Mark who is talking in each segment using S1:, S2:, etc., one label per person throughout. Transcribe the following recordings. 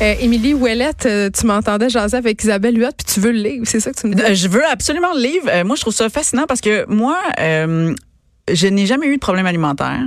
S1: Euh, Émilie Ouellette, euh, tu m'entendais jaser avec Isabelle Huot, puis tu veux le livre, c'est ça que tu me dis?
S2: Euh, Je veux absolument le livre. Euh, moi, je trouve ça fascinant parce que moi, euh, je n'ai jamais eu de problème alimentaire.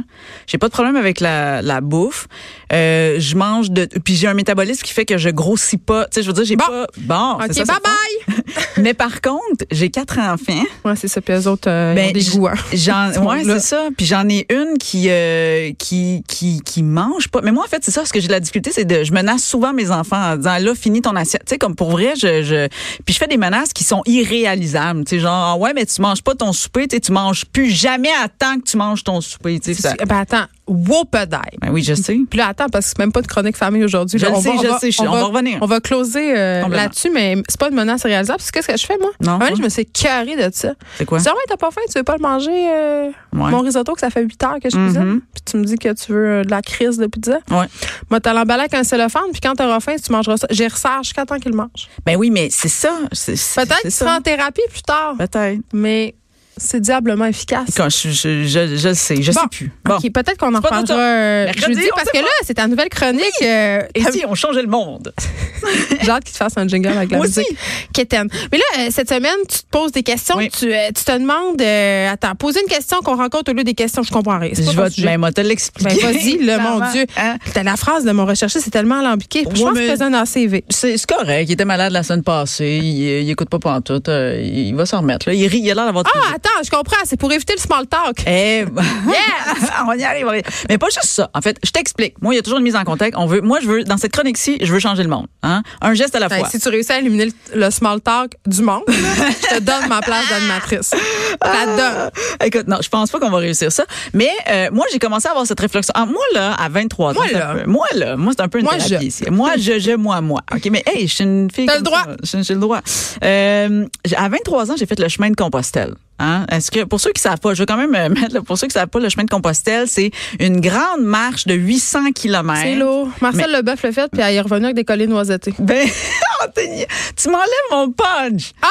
S2: J'ai pas de problème avec la, la bouffe. Euh, je mange de, puis j'ai un métabolisme qui fait que je grossis pas. Tu sais, je veux dire, j'ai
S1: Bon.
S2: pas. Bon, c'est ça,
S1: OK,
S2: c'est
S1: bye
S2: fun.
S1: bye!
S2: Mais par contre, j'ai quatre enfants.
S1: Ouais, c'est ça, puis eux autres, euh, ils
S2: Ben,
S1: ont des
S2: j-
S1: goûts, hein.
S2: J'en,
S1: Ce
S2: ouais,
S1: monde-là.
S2: c'est ça. Puis j'en ai une qui, euh, qui, qui, qui mange pas. Mais moi, en fait, c'est ça, ce que j'ai de la difficulté, c'est de, je menace souvent mes enfants en disant, là, finis ton assiette. Tu sais, comme pour vrai, je, je, puis je fais des menaces qui sont irréalisables. Tu sais, genre, ah ouais, mais tu manges pas ton souper, tu sais, tu manges plus jamais à temps que tu manges ton souper, tu sais. ça-
S1: Ben attends, whoop-a-dye.
S2: Ben oui, je sais.
S1: Puis là, attends, parce que c'est même pas de chronique famille aujourd'hui.
S2: Je
S1: Là,
S2: le
S1: on
S2: sais,
S1: va- on
S2: je
S1: va-
S2: le sais. je-
S1: on va-
S2: revenir.
S1: On va closer euh,
S2: Complètement.
S1: là-dessus, mais c'est pas une menace réalisable. Parce que qu'est-ce que je fais, moi?
S2: Non,
S1: Un moment donné,
S2: quoi?
S1: je me suis carrée de ça.
S2: C'est quoi?
S1: Tu dis, ah ouais, t'as pas faim, tu veux pas le manger, euh,
S2: Ouais.
S1: mon risotto, que ça fait 8 heures que je cuisine.
S2: Mhm.
S1: Puis tu me dis que tu veux euh, de la crise de pizza.
S2: Ouais.
S1: Moi, t'as l'emballé avec un cellophane, puis quand t'auras faim, tu mangeras ça. J'y resserre jusqu'à temps qu'il mange.
S2: Ben oui, mais c'est ça. c'est- c'est-
S1: Peut-être
S2: c'est
S1: qu'il
S2: ça.
S1: sera en thérapie plus tard,
S2: Peut-être.
S1: mais c'est diablement efficace.
S2: Quand je, je, je, je le sais, je
S1: Bon.
S2: sais plus. Bon.
S1: OK, peut-être qu'on en
S2: C'est pas tout
S1: reparlera euh,
S2: Mercredi,
S1: jeudi,
S2: on
S1: parce
S2: sait
S1: que
S2: pas.
S1: là, c'est ta nouvelle chronique. euh,
S2: Et
S1: t'as-
S2: si on changeait le monde?
S1: J'ai hâte qu'il te fasse un jingle avec la
S2: Moi aussi.
S1: musique. Quétaine. Mais là, euh, cette semaine, tu te poses des questions.
S2: Oui.
S1: Tu, euh, tu te demandes... euh, attends, poser une question qu'on rencontre au lieu des questions, je comprends rien. C'est pas
S2: Je
S1: ton
S2: vais
S1: sujet.
S2: ben, moi, te l'expliquer.
S1: Ben, vas-y, là, mon
S2: Clairement.
S1: Dieu.
S2: Hein?
S1: T'as La phrase de mon recherché, c'est tellement alambiqué. Je
S2: Ouais,
S1: pense qu'il
S2: mais-
S1: faisait un ACV.
S2: C'est c'est correct. Il était malade la semaine passée. Il, il écoute pas pantoute. Euh, il va s'en remettre. Là. Il rit. Il a l'air d'avoir
S1: Ah, attends, je comprends. C'est pour éviter le small talk.
S2: Eh,
S1: Yeah!
S2: on y arrive. on y- Mais pas juste ça. En fait, je t'explique. Moi, il y a toujours une mise en contexte. On veut, moi, je veux, dans cette chronique-ci, je veux changer le monde. Hein? Un geste à la
S1: Hey,
S2: fois.
S1: si tu réussis à éliminer le, le small talk du monde, je te donne ma place d'animatrice. Je
S2: Ah.
S1: La donne.
S2: Écoute, non, je pense pas qu'on va réussir ça. Mais euh, moi, j'ai commencé à avoir cette réflexion. Ah, moi, là, à 23 ans.
S1: Moi,
S2: c'est
S1: là.
S2: un peu- moi, là. Moi, c'est un peu une
S1: Moi,
S2: thérapie
S1: je.
S2: ici. Moi, je, je, moi, moi. OK, mais hey, je suis une fille.
S1: T'as le
S2: comme
S1: droit.
S2: ça. J'ai j'ai le droit. Euh, j'ai- à 23 ans, j'ai fait le chemin de Compostelle. Hein? Est-ce que pour ceux qui savent pas, je veux quand même euh, mettre là, pour ceux qui savent pas le chemin de Compostelle, c'est une grande marche de 800 kilomètres.
S1: C'est lourd. Marcel Leboeuf l'a fait, puis elle est revenue avec des collets noisettés.
S2: Ben, Anthony, tu m'enlèves mon punch.
S1: Ah!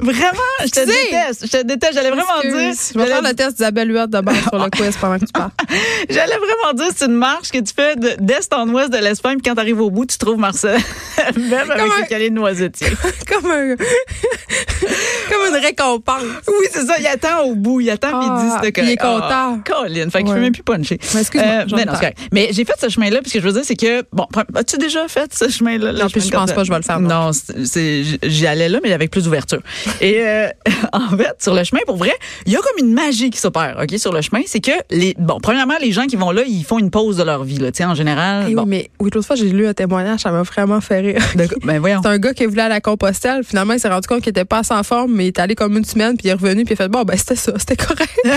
S2: Vraiment, je te
S1: Excusez.
S2: déteste. Je te déteste. J'allais vraiment dire.
S1: Excuse. Je vais faire
S2: j'allais
S1: le test d'Isabelle Huot d'abord sur le quiz pendant que tu parles.
S2: J'allais vraiment dire, c'est une marche que tu fais de- d'est en ouest de l'Espagne, puis quand tu arrives au bout, tu trouves Marcel. Même avec
S1: un-
S2: les calais de noisetier.
S1: comme, un- comme une récompense.
S2: oui, c'est ça. Il attend au bout. Il attend, puis il dit,
S1: Ah,
S2: c'est
S1: puis il est
S2: Ah, Colin. Fait que je peux
S1: Ouais.
S2: même plus puncher. Euh,
S1: Mais excuse-moi, j'en
S2: mais non,
S1: parle.
S2: c'est correct. Mais j'ai fait ce chemin-là, puis ce que je veux dire, c'est que, bon, pre- as-tu déjà fait ce chemin-là? le
S1: Non, puis
S2: chemin
S1: je pense
S2: de Cordoue?
S1: pas que je vais le faire, non.
S2: Non, c'est- c'est- j'y allais là, mais avec plus d'ouverture. Et euh, en fait, sur le chemin, pour vrai, il y a comme une magie qui s'opère, OK, sur le chemin. C'est que, les bon, premièrement, les gens qui vont là, ils font une pause de leur vie, là, tu sais, en général.
S1: Eh
S2: bon.
S1: oui, mais oui, l'autre fois, j'ai lu un témoignage, ça m'a vraiment fait rire.
S2: De- ben voyons.
S1: C'est un gars qui voulait aller à la Compostelle. Finalement, il s'est rendu compte qu'il était pas en forme, mais il est allé comme une semaine, puis il est revenu, puis il a fait Bon, ben, c'était ça, c'était correct.
S2: Il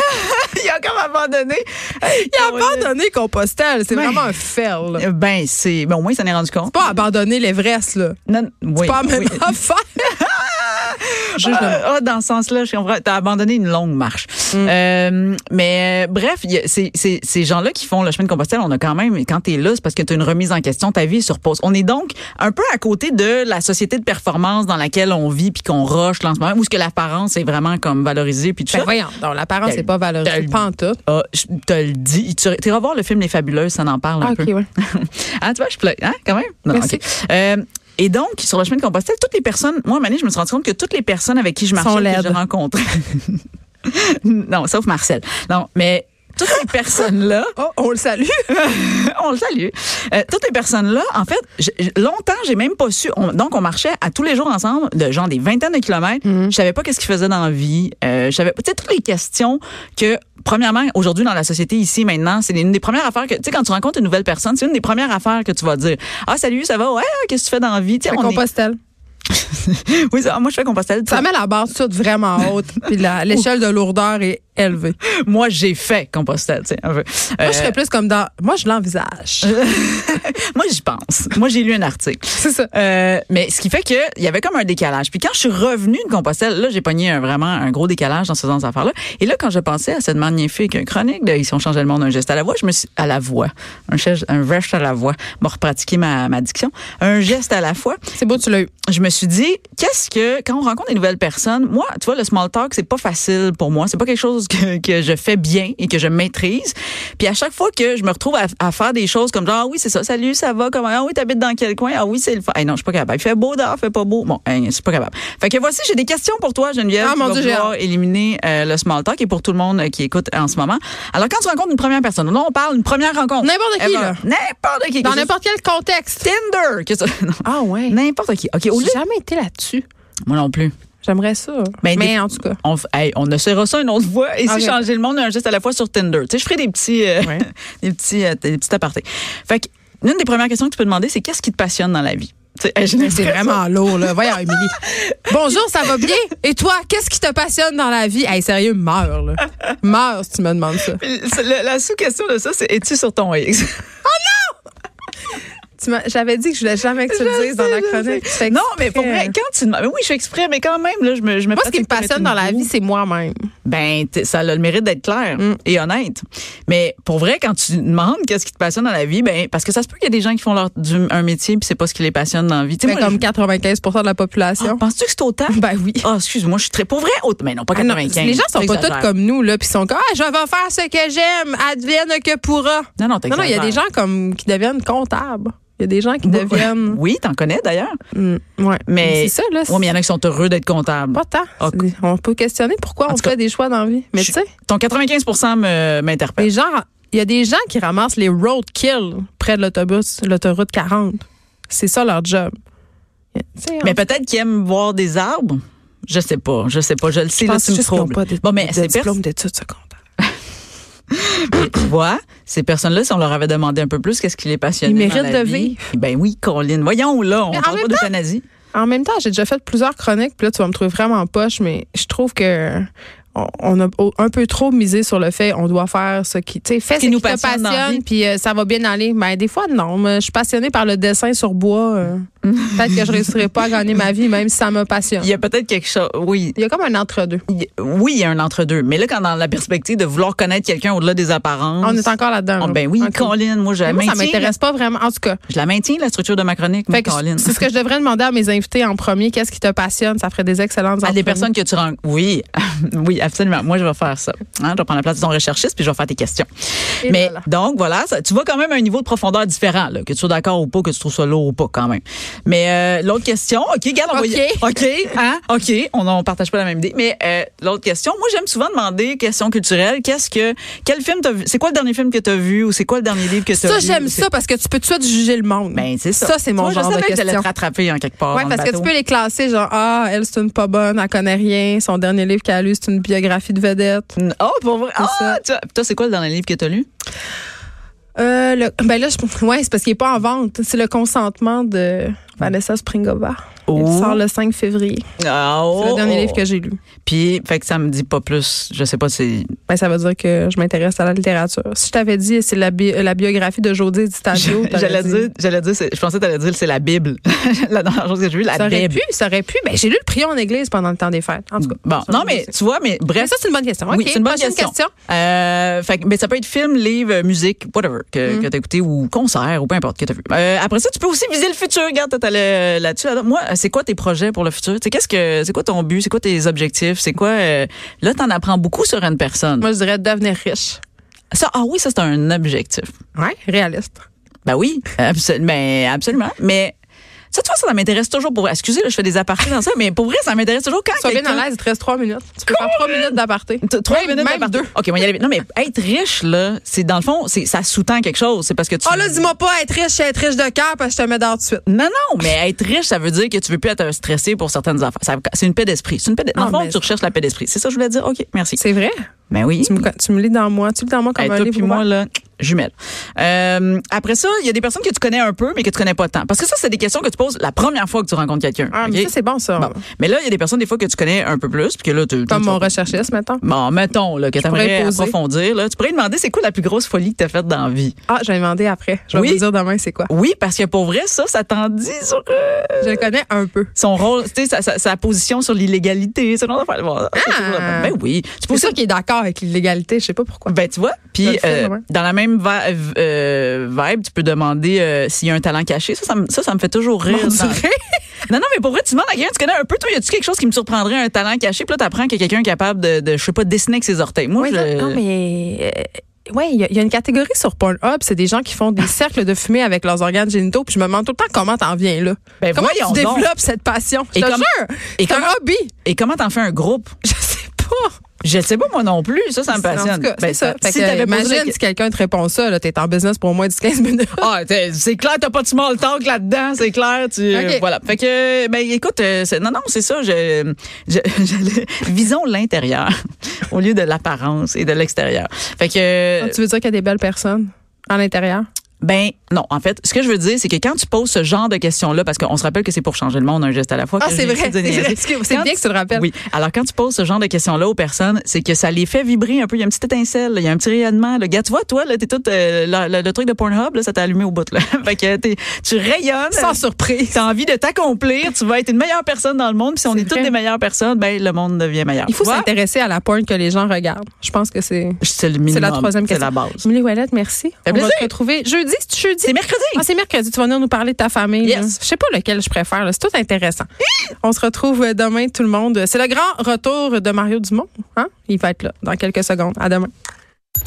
S2: a comme abandonné.
S1: Il a abandonné Compostelle. C'est
S2: Ouais.
S1: vraiment un fail. là. C'est
S2: Ben, c'est. Ben, au moins, il s'en est rendu compte.
S1: pas abandonner l'Everest, là.
S2: Non, oui.
S1: C'est pas la même
S2: oui.
S1: affaire. Juge le-
S2: Ah, ah, dans ce sens-là, je comprends. T'as abandonné une longue marche.
S1: Mm.
S2: Euh, mais euh, bref, il y a- c'est- c'est- ces gens-là qui font le chemin de Compostelle, on a quand même, quand t'es là, c'est parce que t'as une remise en question, ta vie est sur pause. On est donc un peu à côté de la société de performance dans laquelle on vit puis qu'on rush là, en ce moment, où ce que l'apparence est vraiment comme valorisée puis tout
S1: Ben,
S2: ça.
S1: voyons, non, l'apparence
S2: Ben,
S1: n'est pas valorisée.
S2: ben,
S1: Pas en tout.
S2: Ah, je te le dis. Tu iras voir le film Les Fabuleuses, ça en parle un
S1: Ah,
S2: peu.
S1: OK, ouais.
S2: Ah, tu vois, je plais, hein, quand même? Non,
S1: Merci.
S2: ok. Euh, et donc, sur le chemin de Compostelle, toutes les personnes, moi, Mané, je me suis rendu compte que toutes les personnes avec qui je
S1: Sont
S2: marchais, que
S1: laides.
S2: j'ai rencontrées. non, sauf Marcel. Non, mais toutes les personnes-là,
S1: Oh, on le salue.
S2: on le salue. Euh, toutes les personnes-là, en fait, j- j- longtemps, j'ai même pas su. on- donc, on marchait à tous les jours ensemble, de genre des vingtaines de kilomètres.
S1: Mhm.
S2: Je savais pas qu'est-ce qu'ils faisaient dans la vie. Euh, je savais, tu sais, toutes les questions que, premièrement, aujourd'hui, dans la société, ici, maintenant, c'est une des premières affaires que, tu sais, quand tu rencontres une nouvelle personne, c'est une des premières affaires que tu vas dire. Ah, salut, ça va? Ouais, ah, qu'est-ce que tu fais dans la vie? Tu sais,
S1: La
S2: on est-
S1: Compostelle.
S2: oui, ça- ah, moi, je fais compostelle.
S1: Ça met la barre toute vraiment haute, puis la- l'échelle de lourdeur est élevée.
S2: Moi, j'ai fait compostelle, tu sais, un peu.
S1: Moi,
S2: Euh,
S1: je serais plus comme dans. Moi, je l'envisage.
S2: moi, j'y pense. moi, j'ai lu un article.
S1: C'est ça.
S2: Euh, mais ce qui fait que il y avait comme un décalage. Puis quand je suis revenue de Compostelle, là, j'ai pogné un, vraiment un gros décalage dans ce genre d'affaires-là. Et là, quand je pensais à cette magnifique chronique de Ils sont changé le monde, un geste à la voix, je me suis, à la voix, un geste, un geste à la voix, m'a repratiqué ma, ma diction, un geste à la fois
S1: C'est beau, tu l'as eu.
S2: je me suis dit, qu'est-ce que, quand on rencontre des nouvelles personnes, moi, tu vois, le small talk, c'est pas facile pour moi. C'est pas quelque chose que, que je fais bien et que je maîtrise. Puis à chaque fois que je me retrouve à, à faire des choses comme genre, ah oui, c'est ça, salut, ça va, comment, ah oui, t'habites dans quel coin, ah oui, c'est le... fa- Eh non, je suis pas capable. Il fait beau dehors, fait pas beau. Bon, hein, je suis pas capable. Fait que voici, j'ai des questions pour toi, Geneviève.
S1: Ah,
S2: qui
S1: mon
S2: va
S1: Dieu, j'ai
S2: pouvoir éliminer euh, le small talk et pour tout le monde euh, qui écoute en ce moment. Alors, quand tu rencontres une première personne, là, on parle d'une première rencontre.
S1: N'importe qui,
S2: Ever.
S1: là.
S2: N'importe qui.
S1: Dans
S2: Que ce
S1: n'importe quel contexte.
S2: Tinder. Que ce- non,
S1: Ah ouais.
S2: N'importe qui. OK, au lieu.
S1: J'ai jamais été là-dessus.
S2: Moi non plus.
S1: J'aimerais ça.
S2: Ben,
S1: mais
S2: des-
S1: en tout cas.
S2: On, f- hey, on essaiera ça une autre fois. Et si
S1: Ok.
S2: changer le monde un geste à la fois sur Tinder. Tu sais, je ferai des petits, euh,
S1: Ah, Ouais.
S2: des petits, euh, des petits apartés. Fait que, l'une des premières questions que tu peux demander, c'est qu'est-ce qui te passionne dans la vie? Tu sais, hey, j'ai
S1: C'est
S2: l'impression-
S1: vraiment lourd, là. Voyons, Émilie. Bonjour, ça va bien? Et toi, qu'est-ce qui te passionne dans la vie? Hey, sérieux, meurs, là. Meurs si tu me demandes ça.
S2: Puis, c'est- La, la sous-question de ça, c'est es-tu sur ton ex?
S1: Tu m'as- J'avais dit que je voulais jamais que tu
S2: Je
S1: le dises dans
S2: sais,
S1: la
S2: je
S1: chronique. Tu fais
S2: non,
S1: exprès.
S2: mais pour vrai, quand tu demandes. mais Oui, je suis exprès, mais quand même, là, je me, je me
S1: Moi, ce qui me
S2: pratique pour être
S1: passionne
S2: une
S1: dans la
S2: gourou.
S1: vie, c'est moi-même.
S2: Ben, t- ça a le mérite d'être clair
S1: Mm.
S2: et honnête. Mais pour vrai, quand tu demandes qu'est-ce qui te passionne dans la vie, ben, parce que ça se peut qu'il y a des gens qui font leur, du- un métier puis c'est pas ce qui les passionne dans la vie. Tu sais,
S1: Mais
S2: moi,
S1: Ben, comme
S2: je-
S1: 95 de la population.
S2: Ah, penses-tu que c'est autant?
S1: Ben oui.
S2: Ah, excuse-moi, je suis très. Pour vrai, autant. Mais non, pas
S1: Ah non,
S2: 95.
S1: les gens sont pas tous
S2: T'exagères.
S1: comme nous, là, puis sont comme, ah, je vais faire ce que j'aime, advienne que pourra.
S2: Non, non,
S1: Non, non, il y a
S2: t'exagères.
S1: des gens comme qui deviennent comptables. Il y a des gens qui
S2: Oui,
S1: deviennent.
S2: Oui, t'en connais d'ailleurs.
S1: Mm, ouais.
S2: Mais-
S1: C'est ça, là.
S2: Oui, mais il y en a qui sont heureux d'être comptables.
S1: Pas tant.
S2: Ah,
S1: C'est- On peut questionner pourquoi
S2: En
S1: on
S2: tout cas,
S1: fait des choix dans la vie. Mais
S2: je-
S1: tu sais,
S2: Ton 95 me- m'interpelle.
S1: les gens, il y a des gens qui ramassent les roadkill près de l'autobus, l'autoroute 40. C'est ça leur job. Tu sais, hein,
S2: Mais
S1: on-
S2: peut-être qu'ils aiment voir des arbres. Je sais pas, je sais pas, je le sais,
S1: je
S2: là,
S1: pense
S2: tu me
S1: juste qu'ils n'ont
S2: troubles.
S1: pas de,
S2: Bon, mais
S1: de
S2: c'est
S1: diplôme d'études secondaires.
S2: tu vois, ces personnes-là, si on leur avait demandé un peu plus qu'est-ce qui les passionnait
S1: Ils
S2: dans
S1: méritent
S2: la
S1: de
S2: vie,
S1: vivre.
S2: Ben oui, Colin, voyons là, on
S1: Mais en
S2: parle
S1: même
S2: pas d'euthanasie.
S1: En même temps, j'ai déjà fait plusieurs chroniques, puis là, tu vas me trouver vraiment poche, mais je trouve que on- on a au- un peu trop misé sur le fait on doit faire ce qui tu sais fais ce qui,
S2: nous
S1: te
S2: passionne dans la vie.
S1: passionne puis euh, ça va bien aller mais des fois non mais je suis passionnée par le dessin sur bois euh, peut-être que je réussirai pas à gagner ma vie même si ça me passionne
S2: Il y a peut-être quelque chose, oui.
S1: il y a comme un entre deux
S2: il y- Oui, il y a un entre-deux. Mais là, quand dans la perspective de vouloir connaître quelqu'un au-delà des apparences.
S1: on est encore là-dedans
S2: Ah,
S1: là.
S2: ben oui,
S1: Ok.
S2: Colin, moi, je la
S1: Mais moi, ça
S2: maintiens.
S1: m'intéresse pas vraiment en tout cas
S2: Je la maintiens, la structure de ma chronique, moi,
S1: Fait que
S2: Colin.
S1: je- c'est ce que je devrais demander à mes invités en premier qu'est-ce qui te passionne ça ferait des excellentes
S2: À des
S1: entrevues.
S2: personnes que tu rencontres. Oui, oui, absolument. Moi, je vais faire ça. Hein, je vais prendre la place de ton recherchiste puis je vais faire tes questions.
S1: Et
S2: Mais
S1: voilà.
S2: donc, voilà, ça- tu vas quand même à un niveau de profondeur différent, là, que tu sois d'accord ou pas, que tu trouves ça lourd ou pas, quand même. Mais euh, l'autre question, OK, regarde, on va y-
S1: OK.
S2: OK, hein, OK, on ne partage pas la même idée. Mais euh, l'autre question, moi, j'aime souvent demander, question culturelle, qu'est-ce que. Quel film t'as vu? C'est quoi le dernier film que tu as vu ou c'est quoi le dernier livre que tu as
S1: ça
S2: lu?
S1: j'aime
S2: C'est-
S1: ça parce que tu peux tout de suite juger le monde
S2: Ben, c'est ça.
S1: Ça, c'est mon
S2: Tu vois,
S1: genre
S2: je
S1: de
S2: savais que j'allais
S1: question.
S2: te rattraper en quelque part.
S1: Ouais,
S2: dans le
S1: parce que tu
S2: bateau.
S1: peux les classer genre ah, elle c'est une pas bonne, elle connaît rien, son dernier livre qu'elle a lu c'est une biographie de vedette.
S2: Oh, pour vrai.
S1: C'est
S2: Ah,
S1: ça.
S2: tu vois. Toi, c'est quoi le dernier livre que tu as lu?
S1: Euh, le- ben là je, ouais, c'est parce qu'il est pas en vente, c'est le consentement de Vanessa Springova. Il sort le 5 février.
S2: Oh. Ah,
S1: C'est
S2: oh,
S1: le dernier
S2: oh.
S1: livre que j'ai lu.
S2: Puis, fait que ça me dit pas plus. Je sais pas si.
S1: Ben, ça veut dire que je m'intéresse à la littérature. Si je t'avais dit c'est la, bi- euh, la biographie de Jodie DiTaggio, Ah, t'aurais
S2: J'allais dire, j'allais dire, c'est- je pensais que t'allais dire c'est la Bible. la dernière chose que j'ai vue, la
S1: ça aurait
S2: Bible.
S1: pu, ça aurait pu. Ben, j'ai lu le prion en église pendant le temps des fêtes. En tout cas.
S2: Bon,
S1: Ça,
S2: non
S1: je
S2: mais
S1: sais.
S2: tu vois, mais
S1: Mais
S2: bref.
S1: ça c'est une bonne question.
S2: Oui,
S1: OK,
S2: c'est une bonne
S1: prochaine
S2: question. Euh, fait que- mais ça peut être film, livre, euh, musique, whatever, que,
S1: Mm.
S2: que t'as écouté ou concert ou peu importe que t'as vu. Euh, après ça, tu peux aussi viser le futur. Regarde, t'allais là-dessus. là-dedans. Moi, euh, c'est quoi tes projets pour le futur? Tu sais, qu'est-ce que, c'est quoi ton but? C'est quoi tes objectifs? C'est quoi, euh, là, t'en apprends beaucoup sur une personne.
S1: Moi je dirais devenir riche.
S2: Ça, ah oui, ça, c'est un objectif.
S1: Ouais, réaliste.
S2: Ben oui, absolument. Mais, absolument. Mais ça, tu vois, ça, ça m'intéresse toujours pour. Excusez, là, je fais des apartés dans ça, mais pour vrai, ça m'intéresse toujours quand.
S1: Sois bien
S2: quelqu'un-
S1: à l'aise, il te reste trois minutes. Tu peux faire trois minutes d'aparté.
S2: T- Trois
S1: Même-
S2: minutes
S1: même
S2: d'aparté.
S1: deux.
S2: OK, on va y aller. Non, mais être riche, là, c'est dans le fond, c'est, ça sous-tend quelque chose. C'est parce que tu.
S1: Oh là, dis-moi pas être riche, être riche de cœur parce que je te mets dans tout de suite.
S2: Non, non, mais être riche, ça veut dire que tu veux plus être stressé pour certaines affaires. Ça- c'est une paix d'esprit. C'est une paix d'esprit. Dans
S1: Ah,
S2: le fond,
S1: mais-
S2: tu recherches la paix d'esprit. C'est ça que je voulais dire. OK, merci.
S1: C'est vrai?
S2: Ben oui.
S1: Tu me, tu me lis dans moi. Tu lis dans moi comme
S2: Hey,
S1: un
S2: toi
S1: livre.
S2: puis moi là, jumelles. Euh, après ça, il y a des personnes que tu connais un peu mais que tu connais pas tant. Parce que ça c'est des questions que tu poses la première fois que tu rencontres quelqu'un.
S1: Ah, mais
S2: OK?
S1: ça, c'est bon, ça.
S2: Bon. Mais là, il y a des personnes des fois que tu connais un peu plus, puis que là, tu.
S1: Comme
S2: tu-
S1: mon recherchiste, mettons.
S2: Bon, mettons, là, que tu
S1: pourrais poser.
S2: approfondir, là. Tu pourrais demander c'est quoi la plus grosse folie que tu as faite dans la vie.
S1: Ah, je vais demander après. Je vais
S2: Oui.
S1: vous dire demain c'est quoi.
S2: Oui, parce que pour vrai, ça, ça t'en dit sur euh,
S1: Je le connais un peu.
S2: son rôle, tu sais, sa, sa- sa position sur l'illégalité, ce genre d'affaires. Bon, ça, c'est toujours la- Ben oui. Tu peux
S1: Ah! C'est
S2: aussi-
S1: sûr qu'il est d'accord avec l'illégalité. Je sais pas pourquoi.
S2: Ben, tu vois.
S1: Dans
S2: Puis,
S1: le
S2: euh,
S1: film, ouais.
S2: dans la même va- euh, vibe, tu peux demander euh, s'il y a un talent caché. Ça, ça, me- ça, ça me fait toujours rire.
S1: On
S2: dans-
S1: dirait.
S2: Non, non, mais pour vrai, tu demandes à quelqu'un, tu connais un peu, toi, y a-tu quelque chose qui me surprendrait, un talent caché? Puis là, t'apprends qu'il y a quelqu'un capable de, de, je sais pas, de dessiner avec ses orteils. Moi,
S1: Oui,
S2: je-
S1: non, non, mais. euh, ouais, il y, a- il y a une catégorie sur Pornhub, c'est des gens qui font des cercles de fumée avec leurs organes génitaux, puis je me demande tout le temps comment t'en viens là.
S2: Ben,
S1: comment
S2: voyons
S1: tu
S2: donc.
S1: développes cette passion? Je
S2: Et
S1: te
S2: comment-
S1: jure!
S2: et
S1: C'est un
S2: comment-
S1: hobby!
S2: Et comment t'en fais un groupe?
S1: Je sais pas!
S2: Je sais pas, moi non plus. Ça, ça me passionne.
S1: En tout cas, c'est
S2: Ben,
S1: ça. Fait
S2: Si
S1: que,
S2: t'avais posé la
S1: imagine si quelqu'un te répond ça, là, t'es en business pour au moins 10-15 minutes.
S2: Ah, t'es- c'est clair, t'as pas de small talk là-dedans, c'est clair. Tu, euh,
S1: Ok.
S2: Voilà. Fait que, ben, écoute, euh, c'est- non, non, c'est ça. Je, je- j'allais- visons l'intérieur au lieu de l'apparence et de l'extérieur. Fait que, euh,
S1: tu veux dire qu'il y a des belles personnes à l'intérieur?
S2: ben, non, en fait, ce que je veux dire, c'est que quand tu poses ce genre de questions-là, parce qu'on se rappelle que c'est pour changer le monde un geste à la fois.
S1: Ah,
S2: que
S1: c'est
S2: j'ai
S1: vrai.
S2: dit de
S1: C'est
S2: niaiser.
S1: vrai. Excuse- c'est
S2: Quand
S1: bien que tu le rappelles.
S2: Oui. Alors, quand tu poses ce genre de questions-là aux personnes, c'est que ça les fait vibrer un peu. Il y a une petite étincelle, là, il y a un petit rayonnement. Le gars, tu vois, toi, là, t'es tout, euh, la- la- le truc de Pornhub, là, ça t'a allumé au bout, là. fait que t'es- tu rayonnes.
S1: Sans surprise.
S2: T'as envie de t'accomplir, tu vas être une meilleure personne dans le monde. Puis si on
S1: C'est
S2: est toutes
S1: vrai.
S2: des meilleures personnes, ben le monde devient meilleur.
S1: Il faut
S2: Tu vois?
S1: s'intéresser à la porn que les gens regardent. Je pense que c'est.
S2: C'est le
S1: C'est
S2: minimum.
S1: la troisième
S2: C'est
S1: question.
S2: la base.
S1: Milly Wallet, merci.
S2: Fait
S1: On va
S2: plaisir.
S1: se retrouver jeudi. C'est jeudi.
S2: C'est mercredi.
S1: Ah, c'est mercredi. Tu vas venir nous parler de ta famille.
S2: Yes.
S1: là. Je sais pas lequel je préfère. là. C'est tout intéressant. On se retrouve euh, demain, tout le monde. C'est le grand retour de Mario Dumont. Hein? Il va être là dans quelques secondes. À demain.